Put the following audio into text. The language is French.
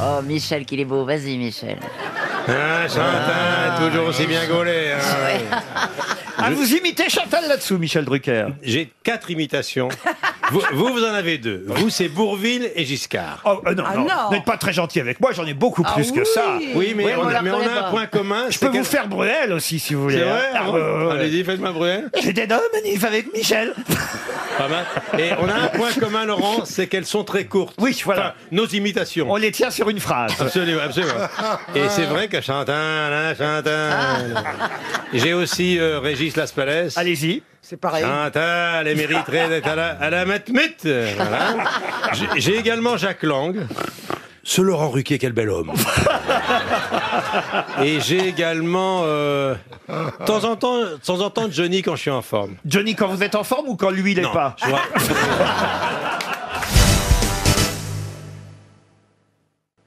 Oh, Michel, qu'il est beau. Vas-y, Michel. Hein, Chantal, toujours aussi bien gaulé. hein. Ah, vous imitez Chantal là-dessous, Michel Drucker. J'ai quatre imitations. vous, vous, vous en avez deux. Vous, c'est Bourville et Giscard. Oh, euh, non, Ah, non, non. Ah Vous n'êtes pas très gentil avec moi, j'en ai beaucoup plus que ça. Oui, mais, Oui, mais on, on la mais on reconnaît a un pas. point commun. Je peux vous faire Bruel aussi, si vous voulez. C'est vrai Ah, hein ouais, ouais, ouais. Allez-y, faites-moi Bruel. J'étais dans le manif avec Michel. Pas mal. Et on a un point commun, Laurent, c'est qu'elles sont très courtes. Oui, voilà. Enfin, nos imitations. On les tient sur une phrase. Absolument, absolument. Et c'est vrai qu'à Chantal, hein, Chantal. J'ai aussi euh, Régis Laspalès. Allez-y. C'est pareil. Chantal, elle mériterait d'être à la, à la matmut. Voilà. J'ai- J'ai également Jacques Lang. Ce Laurent Ruquier, quel bel homme. Et j'ai également, euh, de temps en temps, de temps en temps, Johnny quand je suis en forme. Johnny, quand vous êtes en forme ou quand lui, il n'est Non, pas je vois-